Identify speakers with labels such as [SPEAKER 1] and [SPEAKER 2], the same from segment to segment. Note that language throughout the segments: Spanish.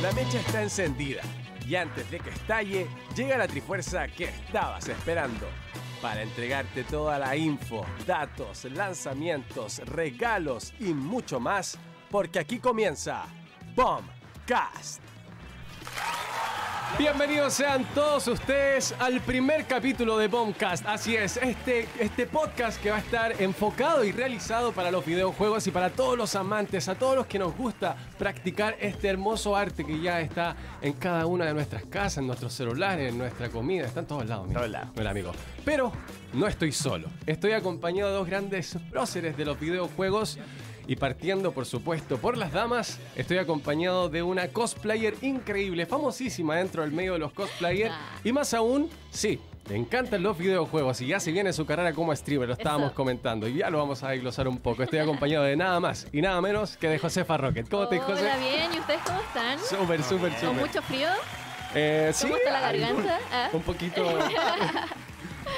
[SPEAKER 1] La mecha está encendida y antes de que estalle, llega la trifuerza que estabas esperando para entregarte toda la info, datos, lanzamientos, regalos y mucho más, porque aquí comienza Bombcast. Bienvenidos sean todos ustedes al primer capítulo de Bombcast. Así es, este, este podcast que va a estar enfocado y realizado para los videojuegos y para todos los amantes, a todos los que nos gusta practicar este hermoso arte que ya está en cada una de nuestras casas, en nuestros celulares, en nuestra comida, está en todos lados. mira.
[SPEAKER 2] Todos lados.
[SPEAKER 1] Hola, amigo. Pero no estoy solo. Estoy acompañado de dos grandes próceres de los videojuegos. Y partiendo, por supuesto, por las damas, estoy acompañado de una cosplayer increíble, famosísima dentro del medio de los cosplayers.
[SPEAKER 3] Ah.
[SPEAKER 1] Y más aún, sí, le encantan los videojuegos y ya se viene su carrera como streamer, lo estábamos
[SPEAKER 3] Eso.
[SPEAKER 1] comentando. Y ya lo vamos a desglosar un poco. Estoy acompañado de nada más y nada menos que de Josefa Rocket. ¿Cómo te José?
[SPEAKER 3] Hola, bien. ¿Y ustedes cómo están?
[SPEAKER 1] Súper, súper,
[SPEAKER 3] ¿Con
[SPEAKER 1] súper.
[SPEAKER 3] mucho frío?
[SPEAKER 1] Eh, sí,
[SPEAKER 3] ¿Cómo está la
[SPEAKER 1] hay un-
[SPEAKER 3] garganta? Ah.
[SPEAKER 1] Un poquito.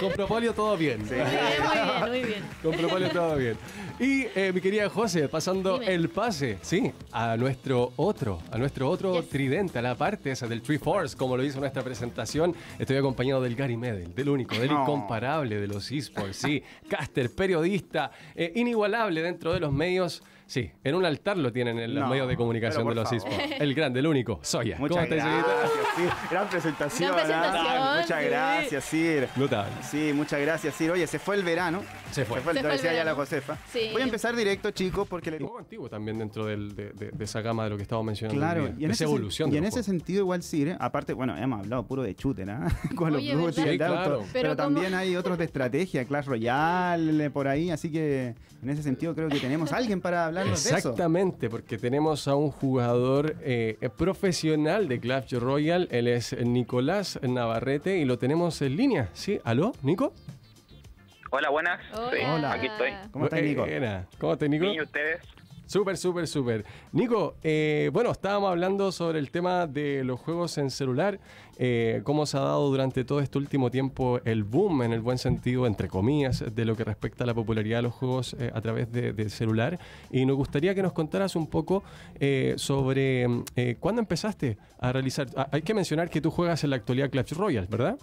[SPEAKER 1] Con propóleo todo bien.
[SPEAKER 3] Eh, muy bien, muy bien.
[SPEAKER 1] Con propóleo todo bien. Y eh, mi querida José, pasando
[SPEAKER 3] Dime.
[SPEAKER 1] el pase, sí, a nuestro otro, a nuestro otro
[SPEAKER 3] Yes.
[SPEAKER 1] tridente, a la parte esa del Tree Force, como lo hizo nuestra presentación. Estoy acompañado del Gary Medel, del único, del
[SPEAKER 2] Oh.
[SPEAKER 1] incomparable de los esports, sí, caster, periodista, eh, inigualable dentro de los medios. Sí, en un altar lo tienen en los
[SPEAKER 2] No,
[SPEAKER 1] medios de comunicación de
[SPEAKER 2] pero
[SPEAKER 1] los
[SPEAKER 2] por
[SPEAKER 1] esports. El grande, el único, Soya. ¿Cómo Ah.
[SPEAKER 2] Muchas
[SPEAKER 1] estás, Soyita?
[SPEAKER 2] gracias, Sir. Gran presentación.
[SPEAKER 3] Gran presentación,
[SPEAKER 2] ¿ah? Muchas
[SPEAKER 3] sí.
[SPEAKER 2] gracias, Sir.
[SPEAKER 1] Notable.
[SPEAKER 2] Sí, muchas gracias, Sir. Oye, se fue el verano.
[SPEAKER 1] Se fue.
[SPEAKER 2] el
[SPEAKER 3] Se fue el
[SPEAKER 2] decía ya la
[SPEAKER 3] verano.
[SPEAKER 2] Josefa.
[SPEAKER 3] Sí.
[SPEAKER 2] Voy a empezar directo, chicos, porque le
[SPEAKER 1] Un juego antiguo también dentro del- de, de- de esa gama de lo que estábamos mencionando. hoy
[SPEAKER 2] Claro,
[SPEAKER 1] día,
[SPEAKER 2] y en,
[SPEAKER 1] de
[SPEAKER 2] ese,
[SPEAKER 1] esa evolución.
[SPEAKER 2] sen- y
[SPEAKER 1] de
[SPEAKER 2] en
[SPEAKER 1] los
[SPEAKER 2] ese
[SPEAKER 1] juegos.
[SPEAKER 2] sentido igual sí, ¿eh? aparte, bueno, hemos hablado puro de chute, ¿no? Con los
[SPEAKER 3] Oye,
[SPEAKER 2] Bluetooth y
[SPEAKER 3] ¿verdad?
[SPEAKER 2] el
[SPEAKER 1] Sí,
[SPEAKER 2] auto,
[SPEAKER 1] claro.
[SPEAKER 2] Pero,
[SPEAKER 3] Pero como-
[SPEAKER 2] también hay otros de estrategia, Clash Royale, eh, por ahí, así que en ese sentido creo que tenemos a alguien para hablarnos de eso.
[SPEAKER 1] Exactamente, porque tenemos a un jugador eh, eh, profesional de Clash Royale. Él es Nicolás Navarrete y lo tenemos en línea. ¿Sí? ¿Aló, Nico?
[SPEAKER 4] Hola, buenas. Sí,
[SPEAKER 3] Hola.
[SPEAKER 4] aquí estoy.
[SPEAKER 2] ¿Cómo
[SPEAKER 1] Eh,
[SPEAKER 2] estás, Nico?
[SPEAKER 1] Buena. ¿Cómo estás, Nico?
[SPEAKER 4] ¿Y ustedes?
[SPEAKER 1] Súper, súper, súper. Nico, eh, bueno, estábamos hablando sobre el tema de los juegos en celular, eh, cómo se ha dado durante todo este último tiempo el boom, en el buen sentido, entre comillas, de lo que respecta a la popularidad de los juegos eh, a través de, de celular. Y nos gustaría que nos contaras un poco eh, sobre mm, eh, cuándo empezaste a realizar. Ah, hay que mencionar que tú juegas en la actualidad Clash Royale, ¿verdad?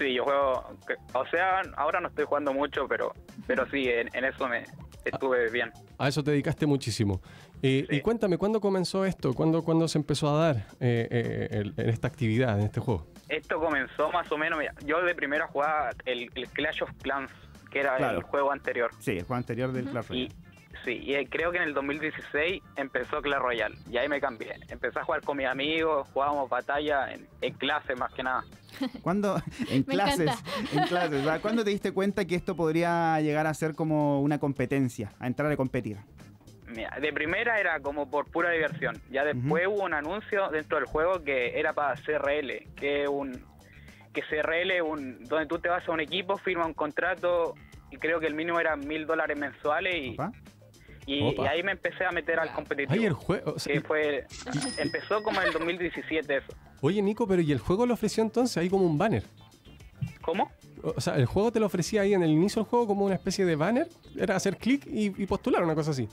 [SPEAKER 4] Sí, yo juego. O sea, ahora no estoy jugando mucho, pero, pero sí, en, en eso me estuve bien.
[SPEAKER 1] A eso te dedicaste muchísimo. Eh,
[SPEAKER 4] Sí.
[SPEAKER 1] Y cuéntame, ¿cuándo comenzó esto? ¿Cuándo, cuándo se empezó a dar eh, eh, el- en esta actividad, en este juego?
[SPEAKER 4] Esto comenzó más o menos. mira, Yo de primera jugaba el, el Clash of Clans, que era
[SPEAKER 2] Claro.
[SPEAKER 4] el juego anterior.
[SPEAKER 2] Sí, el juego anterior del Clash
[SPEAKER 4] Y
[SPEAKER 2] Royale.
[SPEAKER 4] sí, y eh, creo que en el 2016 empezó Clash Royale. Y ahí me cambié. Empecé a jugar con mis amigos, jugábamos batalla en, en clase más que nada.
[SPEAKER 2] ¿Cuándo? En
[SPEAKER 3] Me
[SPEAKER 2] clases.
[SPEAKER 3] encanta.
[SPEAKER 2] En clases. ¿ah? ¿Cuándo te diste cuenta que esto podría llegar a ser como una competencia, a entrar a competir?
[SPEAKER 4] Mira, de primera era como por pura diversión. Ya después hubo un anuncio dentro del juego que era para CRL, que es un que CRL es un donde tú te vas a un equipo, firma un contrato y creo que el mínimo era mil dólares mensuales y,
[SPEAKER 2] Opa.
[SPEAKER 4] y-
[SPEAKER 1] Opa.
[SPEAKER 4] y ahí me empecé a meter al
[SPEAKER 3] Wow.
[SPEAKER 4] competitivo.
[SPEAKER 1] Ay, el juego. o sea,
[SPEAKER 4] que fue empezó como en el 2017 eso.
[SPEAKER 1] Oye, Nico, pero ¿y el juego lo ofreció entonces ahí como un banner?
[SPEAKER 4] ¿Cómo?
[SPEAKER 1] O sea, el juego te lo ofrecía ahí en el inicio del juego como una especie de banner. Era hacer clic y, y postular, una cosa así.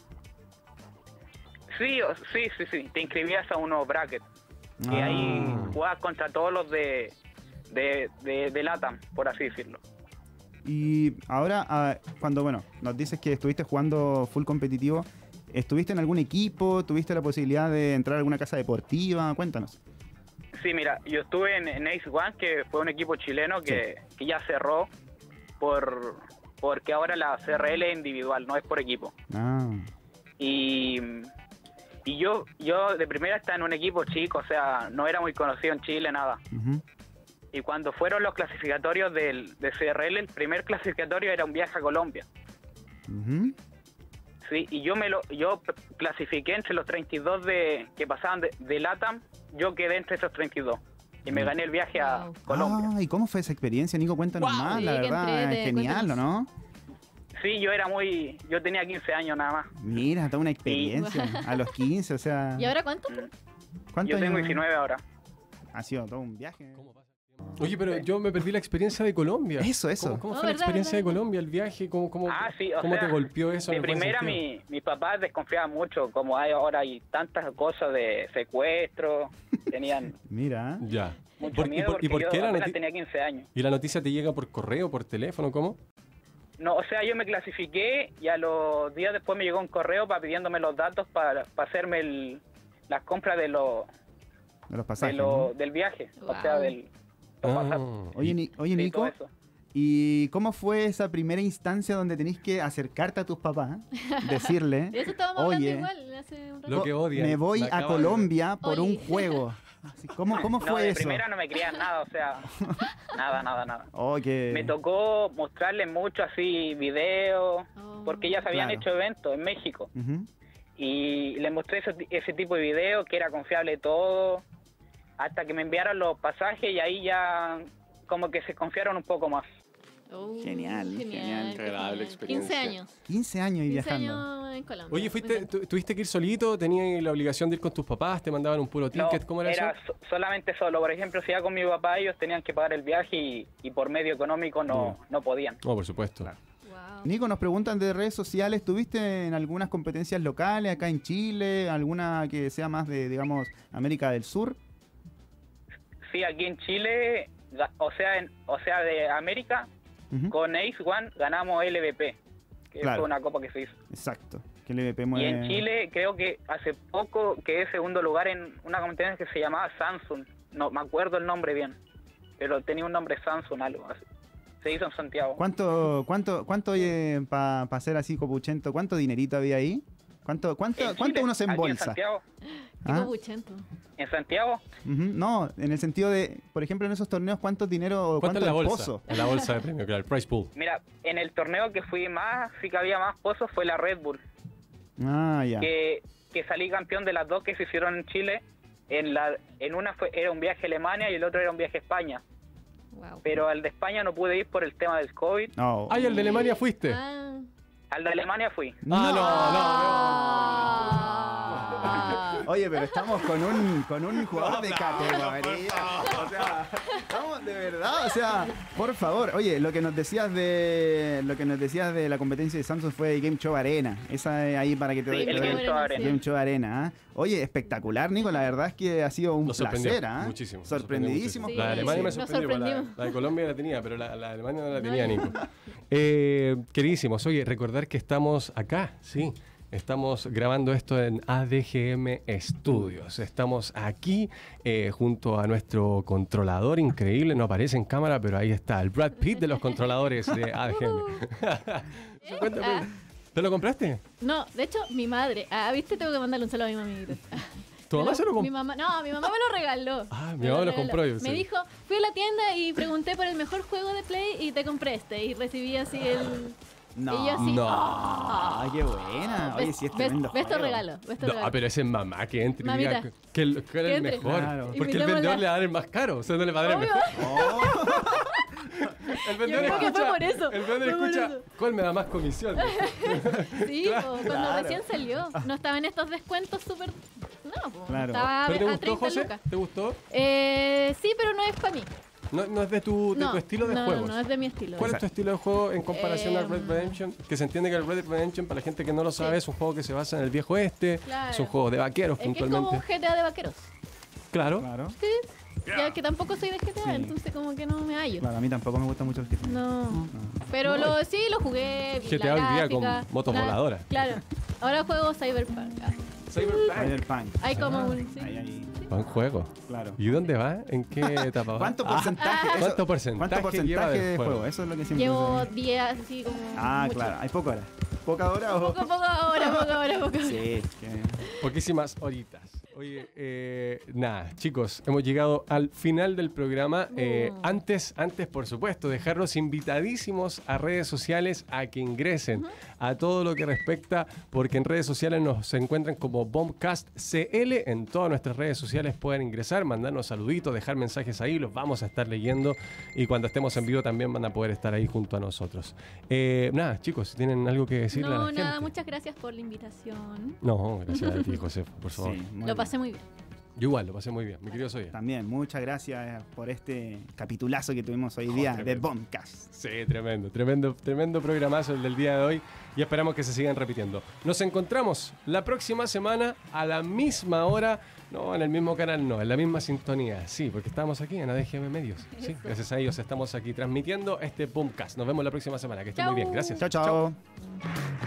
[SPEAKER 4] Sí, o- sí, sí, sí, te inscribías a unos brackets y ahí
[SPEAKER 2] Ah.
[SPEAKER 4] jugabas contra todos los de de, de, de LATAM, por así decirlo.
[SPEAKER 2] Y ahora, ah, cuando, bueno, nos dices que estuviste jugando full competitivo, ¿estuviste en algún equipo? ¿Tuviste la posibilidad de entrar a alguna casa deportiva? Cuéntanos.
[SPEAKER 4] Sí, mira, yo estuve en, en Ace One, que fue un equipo chileno que, que ya cerró por porque ahora la CRL es individual, no es por equipo.
[SPEAKER 2] Ah,
[SPEAKER 4] Y, y yo yo de primera estaba en un equipo chico, o sea, no era muy conocido en Chile, nada.
[SPEAKER 2] ujú.
[SPEAKER 4] Y cuando fueron los clasificatorios del, de CRL, el primer clasificatorio era un viaje a Colombia.
[SPEAKER 2] Ujú.
[SPEAKER 4] Sí, y yo me lo yo p- clasifiqué entre los 32 de, que pasaban de, de LATAM, yo quedé entre esos 32. Y me gané el viaje a
[SPEAKER 3] Wow.
[SPEAKER 4] Colombia.
[SPEAKER 2] Ah, ¿y cómo fue esa experiencia, Nico? Cuéntanos
[SPEAKER 3] Wow.
[SPEAKER 2] más, la
[SPEAKER 3] Sí, qué
[SPEAKER 2] verdad.
[SPEAKER 3] entrete,
[SPEAKER 2] Genial, ¿o no?
[SPEAKER 4] Sí, yo era muy. Yo tenía 15 años nada más.
[SPEAKER 2] Mira, toda una experiencia. A los 15, o sea.
[SPEAKER 3] ¿Y ahora cuánto?
[SPEAKER 2] ¿cuántos
[SPEAKER 4] Yo tengo
[SPEAKER 2] años?
[SPEAKER 4] 19 ahora.
[SPEAKER 2] Ha sido todo un viaje.
[SPEAKER 1] Oye, pero yo me perdí la experiencia de Colombia.
[SPEAKER 2] Eso, eso.
[SPEAKER 1] ¿Cómo, cómo
[SPEAKER 3] No,
[SPEAKER 1] fue la
[SPEAKER 3] Ah, verdad,
[SPEAKER 1] experiencia
[SPEAKER 3] verdad,
[SPEAKER 1] de
[SPEAKER 3] verdad.
[SPEAKER 1] Colombia, el viaje? ¿Cómo, cómo,
[SPEAKER 4] Ah, sí, o
[SPEAKER 1] cómo
[SPEAKER 4] sea,
[SPEAKER 1] te golpeó eso?
[SPEAKER 4] De
[SPEAKER 1] en el buen
[SPEAKER 4] primera,
[SPEAKER 1] sentido?
[SPEAKER 4] mi, mis papás desconfiaban mucho, como hay ahora hay tantas cosas de secuestro, tenían
[SPEAKER 2] Mira.
[SPEAKER 1] Ya.
[SPEAKER 4] mucho
[SPEAKER 1] Por-
[SPEAKER 4] miedo
[SPEAKER 1] por-
[SPEAKER 4] porque
[SPEAKER 1] por
[SPEAKER 4] yo
[SPEAKER 1] qué era
[SPEAKER 4] apenas
[SPEAKER 1] noti-
[SPEAKER 4] tenía 15 años.
[SPEAKER 1] ¿Y la noticia te llega por correo, por teléfono? ¿Cómo?
[SPEAKER 4] No, o sea, yo me clasifiqué y a los días después me llegó un correo para pidiéndome los datos para, para hacerme el- las compras de los
[SPEAKER 2] De los
[SPEAKER 4] de
[SPEAKER 2] pasajes.
[SPEAKER 4] lo-
[SPEAKER 2] ¿no?
[SPEAKER 4] del viaje, o
[SPEAKER 3] Wow.
[SPEAKER 4] sea, del los
[SPEAKER 1] Ah,
[SPEAKER 4] pasajes,
[SPEAKER 2] Oye, Ni- oye,
[SPEAKER 4] sí, todo
[SPEAKER 2] Nico,
[SPEAKER 4] eso.
[SPEAKER 2] ¿y cómo fue esa primera instancia donde tenés que acercarte a tus papás? Decirle,
[SPEAKER 3] De eso estábamos
[SPEAKER 2] oye,
[SPEAKER 3] hablando igual hace un rato.
[SPEAKER 1] Lo que odian.
[SPEAKER 2] me voy
[SPEAKER 1] La
[SPEAKER 2] a
[SPEAKER 1] acaban de-
[SPEAKER 2] Colombia por
[SPEAKER 3] Oye.
[SPEAKER 2] un juego. Así, ¿Cómo, cómo
[SPEAKER 4] no,
[SPEAKER 2] fue
[SPEAKER 4] de
[SPEAKER 2] eso?
[SPEAKER 4] primera no me creían nada, o sea, nada, nada, nada.
[SPEAKER 2] Oh, que-
[SPEAKER 4] Me tocó mostrarles mucho así videos,
[SPEAKER 3] Oh.
[SPEAKER 4] porque ya se habían
[SPEAKER 2] Claro.
[SPEAKER 4] hecho eventos en México.
[SPEAKER 2] Ujú.
[SPEAKER 4] Y les mostré ese, ese tipo de videos, que era confiable todo, hasta que me enviaron los pasajes y ahí ya como que se confiaron un poco más.
[SPEAKER 3] Oh,
[SPEAKER 2] Genial, genial.
[SPEAKER 5] Qué agradable experiencia.
[SPEAKER 3] 15 años.
[SPEAKER 2] 15 años y
[SPEAKER 3] 15
[SPEAKER 2] viajando.
[SPEAKER 3] años en Colombia.
[SPEAKER 1] Oye,
[SPEAKER 3] Me
[SPEAKER 1] fuiste,
[SPEAKER 3] encanta.
[SPEAKER 1] tu- ¿tuviste que ir solito? ¿Tenías la obligación de ir con tus papás? ¿Te mandaban un puro
[SPEAKER 4] No,
[SPEAKER 1] ticket? ¿Cómo era, eso?
[SPEAKER 4] so- solamente solo. Por ejemplo, si iba con mi papá, ellos tenían que pagar el viaje y, y por medio económico no,
[SPEAKER 1] Mm.
[SPEAKER 4] no podían.
[SPEAKER 1] No, por supuesto.
[SPEAKER 2] Claro.
[SPEAKER 3] Wow.
[SPEAKER 2] Nico, nos preguntan de redes sociales, ¿tuviste en algunas competencias locales acá en Chile? ¿Alguna que sea más de, digamos, América del Sur?
[SPEAKER 4] Sí, aquí en Chile, ga- o sea, en, o sea de América,
[SPEAKER 1] ¿Mm?
[SPEAKER 2] Ujú.
[SPEAKER 4] con Ace One ganamos LVP, que
[SPEAKER 2] Claro.
[SPEAKER 4] fue una copa que se hizo.
[SPEAKER 2] Exacto. Que el EVP
[SPEAKER 4] Y
[SPEAKER 2] mueve-
[SPEAKER 4] en Chile creo que hace poco quedé segundo lugar en una competencia que se llamaba Samsung. No me acuerdo el nombre bien, pero tenía un nombre Samsung, algo así. Se hizo en Santiago.
[SPEAKER 2] ¿Cuánto, cuánto, cuánto eh, para ser así copuchento? ¿Cuánto dinerito había ahí? ¿Cuánto, cuánto,
[SPEAKER 4] En Chile,
[SPEAKER 2] cuánto uno se
[SPEAKER 4] aquí En
[SPEAKER 2] embolsa?
[SPEAKER 4] Santiago,
[SPEAKER 3] Qué
[SPEAKER 2] ¿Ah?
[SPEAKER 3] copuchento.
[SPEAKER 4] en Santiago,
[SPEAKER 2] Ujú, No, en el sentido de, por ejemplo, en esos torneos, ¿cuánto dinero o
[SPEAKER 1] ¿Cuánto
[SPEAKER 2] cuánto
[SPEAKER 1] en la
[SPEAKER 2] el
[SPEAKER 1] bolsa?
[SPEAKER 2] pozo?
[SPEAKER 1] En la bolsa de premio, claro, el price pool.
[SPEAKER 4] mira, en el torneo que fui más, sí que había más pozos, fue la Red Bull.
[SPEAKER 2] Ah, ya.
[SPEAKER 4] que, que salí campeón de las dos que se hicieron en Chile. En, la, en una fue, era un viaje a Alemania y el otro era un viaje a España.
[SPEAKER 3] Wow.
[SPEAKER 4] Pero al de España no pude ir por el tema del COVID.
[SPEAKER 2] No.
[SPEAKER 1] ¡Ay, el de Alemania fuiste! Ah,
[SPEAKER 3] Ah.
[SPEAKER 4] Al de Alemania fui.
[SPEAKER 1] no, Ah. no, no.
[SPEAKER 3] Ah.
[SPEAKER 2] Oye, pero estamos con un, con un jugador de categoría. O sea, estamos de verdad, o sea, por favor. Oye, lo que nos decías de lo que nos decías de la competencia de Samsung fue de Game Show Arena. Esa es ahí para que te
[SPEAKER 4] Sí,
[SPEAKER 2] doy. te
[SPEAKER 4] el
[SPEAKER 2] doy-
[SPEAKER 4] Game Show Arena.
[SPEAKER 2] Game Show Arena. ¿ah? Oye, espectacular, Nico. La verdad es que ha sido un
[SPEAKER 1] Nos sorprendió
[SPEAKER 2] placer. ¿ah?
[SPEAKER 1] muchísimo. nos sorprendió
[SPEAKER 2] Sorprendidísimo.
[SPEAKER 1] muchísimo.
[SPEAKER 3] Sí,
[SPEAKER 1] La de Alemania me
[SPEAKER 3] nos
[SPEAKER 1] sorprendió. igual, La,
[SPEAKER 3] sorprendió.
[SPEAKER 1] la de Colombia la tenía, pero la, la de Alemania no la tenía,
[SPEAKER 3] No.
[SPEAKER 1] Nico. Eh, queridísimos, oye, recordar que estamos acá, sí. Estamos grabando esto en ADGM Studios. Estamos aquí eh, junto a nuestro controlador increíble. No aparece en cámara, pero ahí está, el Brad Pitt de los controladores de ADGM. Cuéntame, ¿Te lo compraste?
[SPEAKER 3] No, de hecho, mi madre. Ah, viste, tengo que mandarle un saludo a mi mamita.
[SPEAKER 1] ¿Tu mamá se lo
[SPEAKER 3] Mi
[SPEAKER 1] compró?
[SPEAKER 3] mamá, no, mi mamá me lo regaló.
[SPEAKER 1] Ah, mi
[SPEAKER 3] Me
[SPEAKER 1] mamá lo
[SPEAKER 3] regaló.
[SPEAKER 1] compró, yo
[SPEAKER 3] Me
[SPEAKER 1] sé.
[SPEAKER 3] dijo, fui a la tienda y pregunté por el mejor juego de Play y te compré este. Y recibí así el...
[SPEAKER 2] No.
[SPEAKER 3] Y yo así,
[SPEAKER 1] No.
[SPEAKER 3] "Ah".
[SPEAKER 2] Ay, qué buena. Oye, sí, es
[SPEAKER 3] ves,
[SPEAKER 2] tremendo.
[SPEAKER 3] ves tu
[SPEAKER 2] juego.
[SPEAKER 3] regalo, ves tu
[SPEAKER 1] No,
[SPEAKER 3] regalo.
[SPEAKER 1] ah, pero ese es mamá que entre y
[SPEAKER 3] Mamita.
[SPEAKER 1] diga que- que el, que era
[SPEAKER 3] Que
[SPEAKER 1] el
[SPEAKER 3] entre.
[SPEAKER 1] mejor.
[SPEAKER 2] Claro.
[SPEAKER 1] Porque el
[SPEAKER 3] Invitémosla.
[SPEAKER 1] vendedor le va a dar el más caro, o sea, no le va a dar el
[SPEAKER 3] Obvio.
[SPEAKER 1] mejor.
[SPEAKER 2] Oh.
[SPEAKER 1] El vendedor
[SPEAKER 3] creo que
[SPEAKER 1] escucha,
[SPEAKER 3] fue por eso,
[SPEAKER 1] El vendedor
[SPEAKER 3] fue por
[SPEAKER 1] escucha,
[SPEAKER 3] eso.
[SPEAKER 1] ¿cuál me da más comisión?
[SPEAKER 3] Sí, po, cuando
[SPEAKER 2] Claro.
[SPEAKER 3] recién salió. No estaba en estos descuentos súper... No, po,
[SPEAKER 2] Claro.
[SPEAKER 3] estaba
[SPEAKER 1] ¿Pero te
[SPEAKER 3] a
[SPEAKER 1] gustó,
[SPEAKER 3] 30
[SPEAKER 1] José?
[SPEAKER 3] lucas.
[SPEAKER 1] ¿Te gustó?
[SPEAKER 3] Eh, sí, pero no es para mí.
[SPEAKER 1] No, no es de tu, de
[SPEAKER 3] no,
[SPEAKER 1] tu estilo de
[SPEAKER 3] no,
[SPEAKER 1] juegos.
[SPEAKER 3] No, no, es de mi estilo.
[SPEAKER 1] ¿Cuál es tu estilo de juego en comparación al Red
[SPEAKER 3] Em,
[SPEAKER 1] Redemption? Que se entiende que el Red Redemption, para la gente que no lo sabe, es un juego que se basa en el viejo oeste,
[SPEAKER 3] Claro.
[SPEAKER 1] es un juego de vaqueros
[SPEAKER 3] Es que es como
[SPEAKER 1] puntualmente.
[SPEAKER 3] un GTA de vaqueros.
[SPEAKER 1] Claro.
[SPEAKER 2] Claro,
[SPEAKER 3] Sí, ya que tampoco soy de GTA,
[SPEAKER 2] Sí.
[SPEAKER 3] entonces como que no me hallo.
[SPEAKER 2] claro, a mí tampoco me gusta mucho el que
[SPEAKER 3] No. Pero lo, sí, lo jugué. vi
[SPEAKER 1] GTA
[SPEAKER 3] la
[SPEAKER 1] hoy día
[SPEAKER 3] gráfica,
[SPEAKER 1] con motos
[SPEAKER 3] la-
[SPEAKER 1] voladoras.
[SPEAKER 3] Claro. Ahora juego Cyberpunk. Ah,
[SPEAKER 1] Cyberpunk.
[SPEAKER 2] Cyberpunk.
[SPEAKER 3] Hay como un... sí.
[SPEAKER 2] Ahí, ahí,
[SPEAKER 1] Buen juego.
[SPEAKER 2] claro.
[SPEAKER 1] ¿Y dónde va? ¿En qué etapa va?
[SPEAKER 2] ¿Cuánto
[SPEAKER 1] Ah,
[SPEAKER 2] porcentaje? eso-
[SPEAKER 1] ¿Cuánto porcentaje
[SPEAKER 2] ¿Cuánto
[SPEAKER 1] lleva
[SPEAKER 2] porcentaje
[SPEAKER 1] del
[SPEAKER 2] de
[SPEAKER 1] juego?
[SPEAKER 2] juego? Eso es lo que siempre
[SPEAKER 3] Llevo
[SPEAKER 2] se-
[SPEAKER 3] 10 así como...
[SPEAKER 2] Ah,
[SPEAKER 3] mucho.
[SPEAKER 2] claro, hay poca hora. ¿Poca hora o.?
[SPEAKER 3] Poco, poco ahora, poco ahora, poco ahora.
[SPEAKER 2] Sí, que-
[SPEAKER 1] Poquísimas horitas. Oye, eh, nada, chicos, hemos llegado al final del programa. Eh,
[SPEAKER 3] Uh.
[SPEAKER 1] Antes, antes, por supuesto, dejarlos invitadísimos a redes sociales a que ingresen a todo lo que respecta, porque en redes sociales nos encuentran como BombcastCL. En todas nuestras redes sociales pueden ingresar, mandarnos saluditos, dejar mensajes ahí, los vamos a estar leyendo y cuando estemos en vivo también van a poder estar ahí junto a nosotros. Eh, nada, chicos, ¿tienen algo que decirle a
[SPEAKER 3] No,
[SPEAKER 1] la
[SPEAKER 3] nada,
[SPEAKER 1] gente?
[SPEAKER 3] muchas gracias por la invitación.
[SPEAKER 1] No, gracias a ti, José, por
[SPEAKER 2] sí,
[SPEAKER 1] favor.
[SPEAKER 2] muy
[SPEAKER 3] Lo
[SPEAKER 2] bien.
[SPEAKER 3] pasé muy bien.
[SPEAKER 1] Yo igual, lo pasé muy bien. Mi querido Soya.
[SPEAKER 2] También, muchas gracias por este capitulazo que tuvimos
[SPEAKER 1] Oh,
[SPEAKER 2] hoy día de
[SPEAKER 1] tremendo.
[SPEAKER 2] Bombcast.
[SPEAKER 1] Sí, tremendo, tremendo, tremendo programazo el del día de hoy y esperamos que se sigan repitiendo. Nos encontramos la próxima semana a la misma hora, no en el mismo canal, no, en la misma sintonía, sí, porque estamos aquí en ADGM Medios. Sí,
[SPEAKER 3] Eso.
[SPEAKER 1] gracias a ellos estamos aquí transmitiendo este podcast. Nos vemos la próxima semana, que estén muy bien,
[SPEAKER 3] Chau.
[SPEAKER 1] gracias.
[SPEAKER 2] chao. chao.
[SPEAKER 1] Chau.